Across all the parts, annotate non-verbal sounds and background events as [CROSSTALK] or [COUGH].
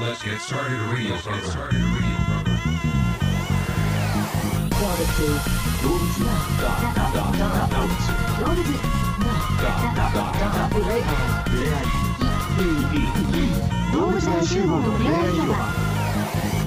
Let's get started radio, brother. Get started radio, brother. Doors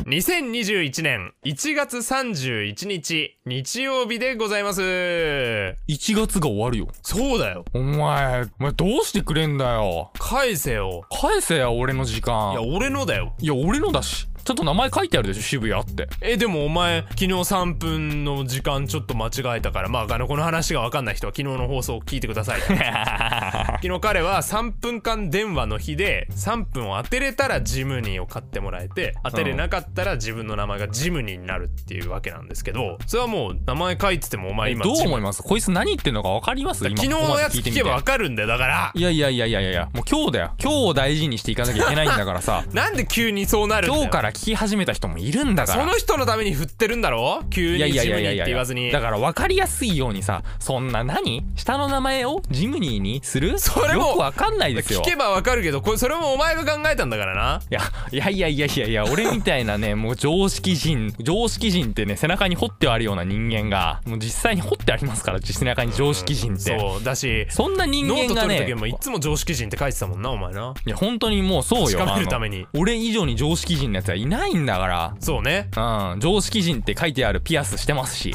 2021年1月31日日曜日でございます1月が終わるよ。そうだよお前、お前どうしてくれんだよ。返せよ返せや、俺の時間。いや俺のだよいや、俺のだし。ちゃんと名前書いてあるでしょ、渋谷って。えでもお前昨日3分の時間ちょっと間違えたからまああのこの話が分かんない人は昨日の放送を聞いてく [LAUGHS] ださい昨日彼は3分間電話の日で3分を当てれたらジムニーを買ってもらえて当てれなかったら自分の名前がジムニーになるっていうわけなんですけどそれはもう名前書いててもお前今どうジム思いますこいつ何言ってんのか分かります今昨日のやつここまでいて聞みけてば分かるんだよだから。いやいやいやいやいやもう今日だよ。今日を大事にしていかなきゃいけないんだからさ [LAUGHS] なんで急にそうなるんだよ今日から聞き始めた人もいるんだかそらの。人のために振ってるんだろ急いやにいやいジムやいニーっやいてや言わずにだから分かりやすいようにさそんな何下の名前をジムニーにするそれもよく分かんないですよ聞けばわかるけどこれそれもお前が考えたんだからないやいやいやいやいやいや俺みたいなねもう常識人常識人ってね背中に掘ってあるような人間がもう実際に掘ってありますから背中に常識人って、そうだしそんな人ノー間トが取るね時もいつも常識人って書いてたもんなお前ないや本当にもうそうよ確かめるためにあの俺以上に常識人のやつはいないんだかそうねらうん常識人って書いてあるピアスしてま [LAUGHS] すし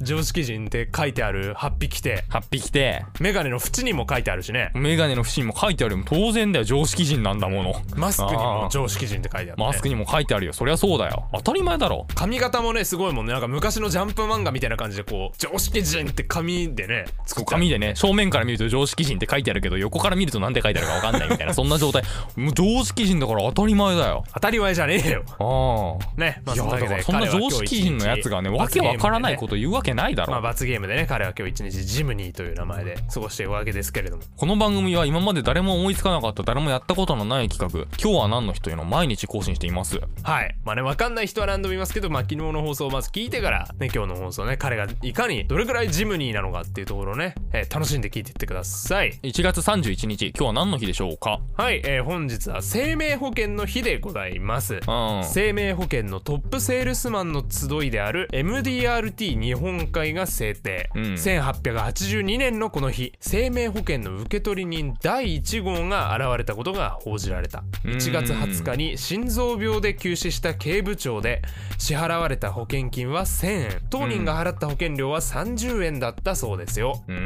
常識人って書いてある8匹て8匹でメガネの縁にも書いてあるしねメガネの節にも書いてあるよ当然だよ常識人なんだものマスクにもあー常識人って書いてある、ね、マスクにも書いてあるよそりゃそうだよ当たり前だろ髪型もねすごいもんねなんか昔のジャンプ漫画みたいな感じでこう常識人って紙でね作ってある紙でね正面から見ると常識人って書いてあるけど横から見ると何て書いてあるか分かんないみた [LAUGHS] いなそんな状態もう常識人だから当たり前だよ当たり前じゃねえよああね、まあ、いやそんなわだけかでらそんな彼は今常日識人のやつがね一日わけわからないこと言うわけないだろ、まあ罰ゲームでね彼は今日一日ジムニーという名前で過ごしているわけですけれどもこの番組は今まで誰も思いつかなかった誰もやったことのない企画「今日は何の日?」というのを毎日更新していますはいまあね分かんない人は何度も言いますけどまあ昨日の放送をまず聞いてからね今日の放送ね彼がいかにどれくらいジムニーなのかっていうところをね、えー楽しんで聞いていってください1月31日今日は何の日でしょうかはい、えー本日は生命保険の日でございますうん生命保険のトップセールスマンの集いである MDRT 日本会が制定、うん1882年のこの日生命保険の受取人第1号が現れたことが報じられたうん1月20日に心臓病で急死した警部長で支払われた保険金は1000円当人が払った保険料は30円だったそうですよ、うー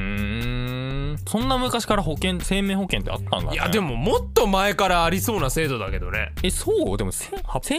んそんな昔から保険生命保険ってあったんだ、ね、いやでももっと前からありそうな制度だけどねえそうでも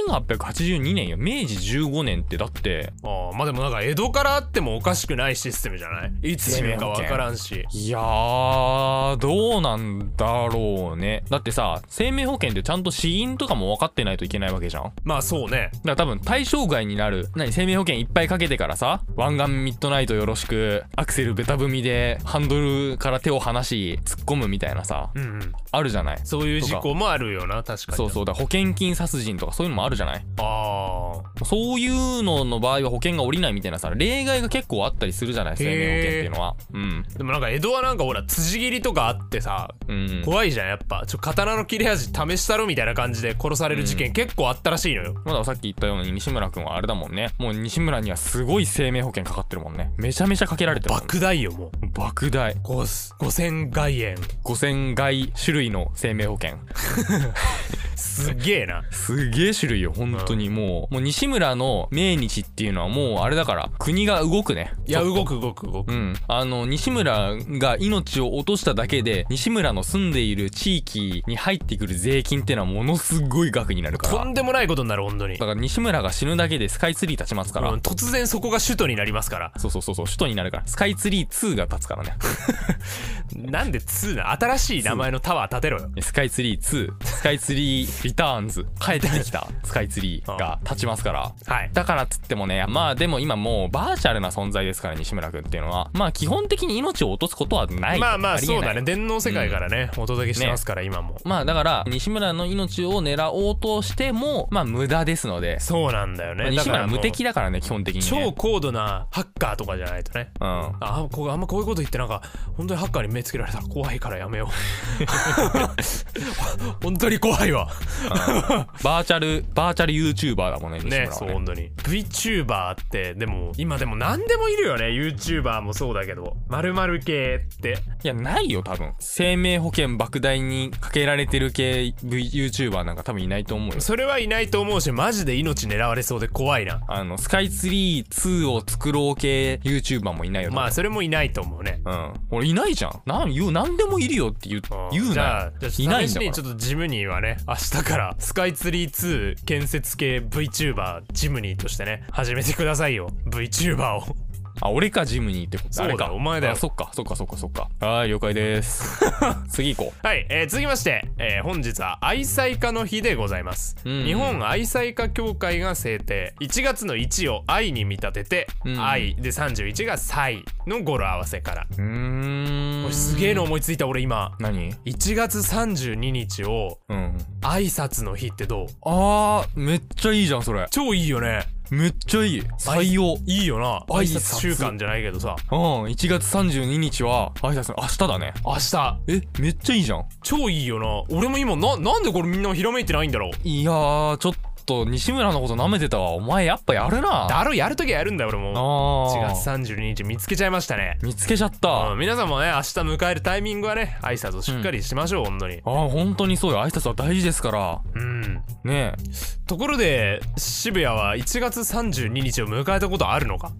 1882年よ明治15年ってだってああまあでもなんか江戸からあってもおかしくないシステムじゃないいつ死ぬかわからんしいやーどうなんだろうねだってさ生命保険ってちゃんと死因とかも分かってないといけないわけじゃんだかまあそうねら多分対象外になる何生命保険いっぱいかけてからさ湾岸ミッドナイトよろしくアクセルベタ踏みでハンドルから手を離し突っ込むみたいなさうん、うん、あるじゃないそういう事故もあるよな確かにそうそうだから保険金殺人とかそういうのもあるじゃないああそういうのの場合は保険が下りないみたいなさ例外が結構あったりするじゃない生命保険っていうのはうんでもなんか江戸はなんかほら辻斬りとかあってさうん怖いじゃんやっぱちょ刀の切れ味試したろみたいな感じで殺される事件結構あったらしいのよ、まださっき言ったように西村くんはあれだもんねもう西村にはすごい生命保険かかってるもんねめちゃめちゃかけられてるもんね莫大よもう莫大五す5000外円5000外種類の生命保険すっげえなすげえ種類よ本当にもう、もう西村の命日っていうのはもうあれだから国が動くねいやちょ動っとく動く動く、うん、あの西村が命を落としただけで西村の住んでいる地域に入ってくる税金っていうのはものすごい額になるからとんでもないことになる本当にだから西村が死ぬだけでスカイツリー立ちますから、うん、突然そこが首都になりますからそうそうそうそう首都になるからスカイツリー2が立つからねなんで2な新しい名前のタワー建てろよスカイツリー2、スカイツリーリターンズ、帰って [LAUGHS] きたスカイツリーが立ちますから。はいだからっつってもね、まあでも今もうバーチャルな存在ですから、西村くんっていうのは。まあ基本的に命を落とすことはない。まあまありえそうないだね。電脳世界からね、お届けしてますから、今もまあだから、西村の命を狙おうとしても、まあ無駄ですので。そうなんだよまあねだ西から村もう無敵だからね、基本的に、超ね。高度なハッカーとかじゃないとねうん。ああこうあんまこういうこと言ってなんか本当にハッカーに目つけられたら怖いからやめよう [LAUGHS] 本当にり怖いわバーチャルバーチャル YouTuber だもんね西村はねそう本当に VTuber ってでも今でも何でもいるよね YouTuber もそうだけど〇〇系っていやないよ多分生命保険莫大にかけられてる系 V- YouTuber なんか多分いないと思うよそれはいないと思うしマジで命狙われそうで怖いなあのスカイツリー2を作ろう系 YouTuber もいないよまあそれもいないと思うねあうん俺いないじゃんなん言う何でもいるよって言ううん言うじゃなあじゃあいないん試しだかにらちょっとジムニーはね明日からスカイツリー2建設系 VTuber ジムニーとしてね始めてくださいよ VTuber を [LAUGHS] あ俺かジムに行ってことそうだあれかお前だよあそっかそっかそっかそっかはい了解です [LAUGHS] 次行こうはい、えー続きまして、えー本日は愛妻家の日でございます、うん日本愛妻家協会が制定1月の1を愛に見立てて、うん愛で31が歳の語呂合わせからうーん俺すげえの思いついた俺今何1月32日をうん挨拶の日ってどうあーめっちゃいいじゃんそれ超いいよねめっちゃいい採用いいよな挨挨拶拶習慣じゃないけどさうん、1月32日は挨拶の明日だね。明日え、めっちゃいいじゃん。超いいよな俺も今ななんでこれみんなひらめいてないんだろういやー、ちょっと西村のこと舐めてたわ。お前やっぱやるな。あだろやるときはやるんだよ俺も1あー。月32日見つけちゃいましたね見つけちゃった。うん皆さんもね明日迎えるタイミングはね挨拶をしっかりしましょう、本当にああ、本当にそうよ。挨拶は大事ですから。うんねえ。ところで渋谷は1月32日を迎えたことあるのか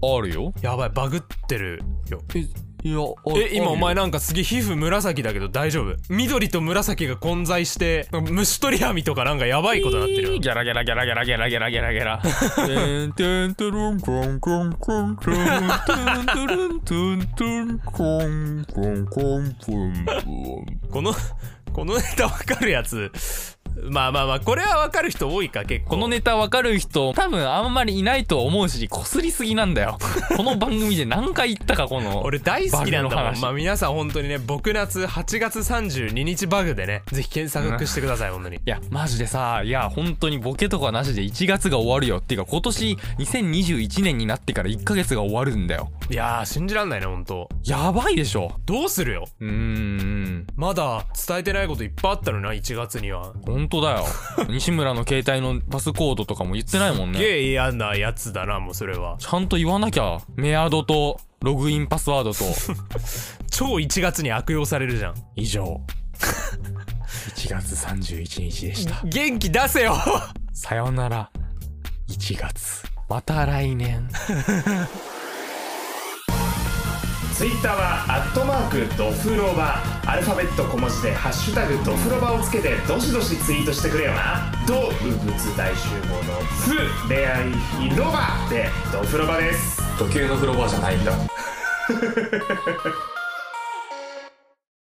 あるよ。やばいバグってるよえ、いや、あえ今お前な。なんかすげえ皮膚紫だけど大丈夫緑と紫が混在してなんか虫取り網とかなんかやばいことになってるよギャラギャラギャラギャラギャラギャラギャラギャラ。てんてんてるんこんこんこんこん。てんてるんてんてんこんこんこんこんこん。このこのネタわかるやつまあまあまあこれはわかる人多いか結構このネタわかる人多分あんまりいないと思うしこすりすぎなんだよこの番組で何回言ったかこの俺大好きなんバグのだもん話まあ皆さん本当にね僕夏8月32日バグでねぜひ検索してください本当にいやマジでさいや本当にボケとかなしで1月が終わるよっていうか今年2021年になってから1ヶ月が終わるんだよいやー信じらんないね本当やばいでしょどうするようーんまだ伝えてないこといっぱいあったのにな1月には本当だよ西村の携帯のパスコードとかも言ってないもんねゲイ嫌なやつだなもうそれはちゃんと言わなきゃメアドとログインパスワードと超1月に悪用されるじゃん以上1月31日でした元気出せよさよなら1月また来年 Twitter は「アットマークドフロバ」アルファベット小文字で「ハッシュタグドフロバ」をつけてどしどしツイートしてくれよな「動物大集合のフ恋愛広場」でドフロバです時計の風呂場じゃないんだ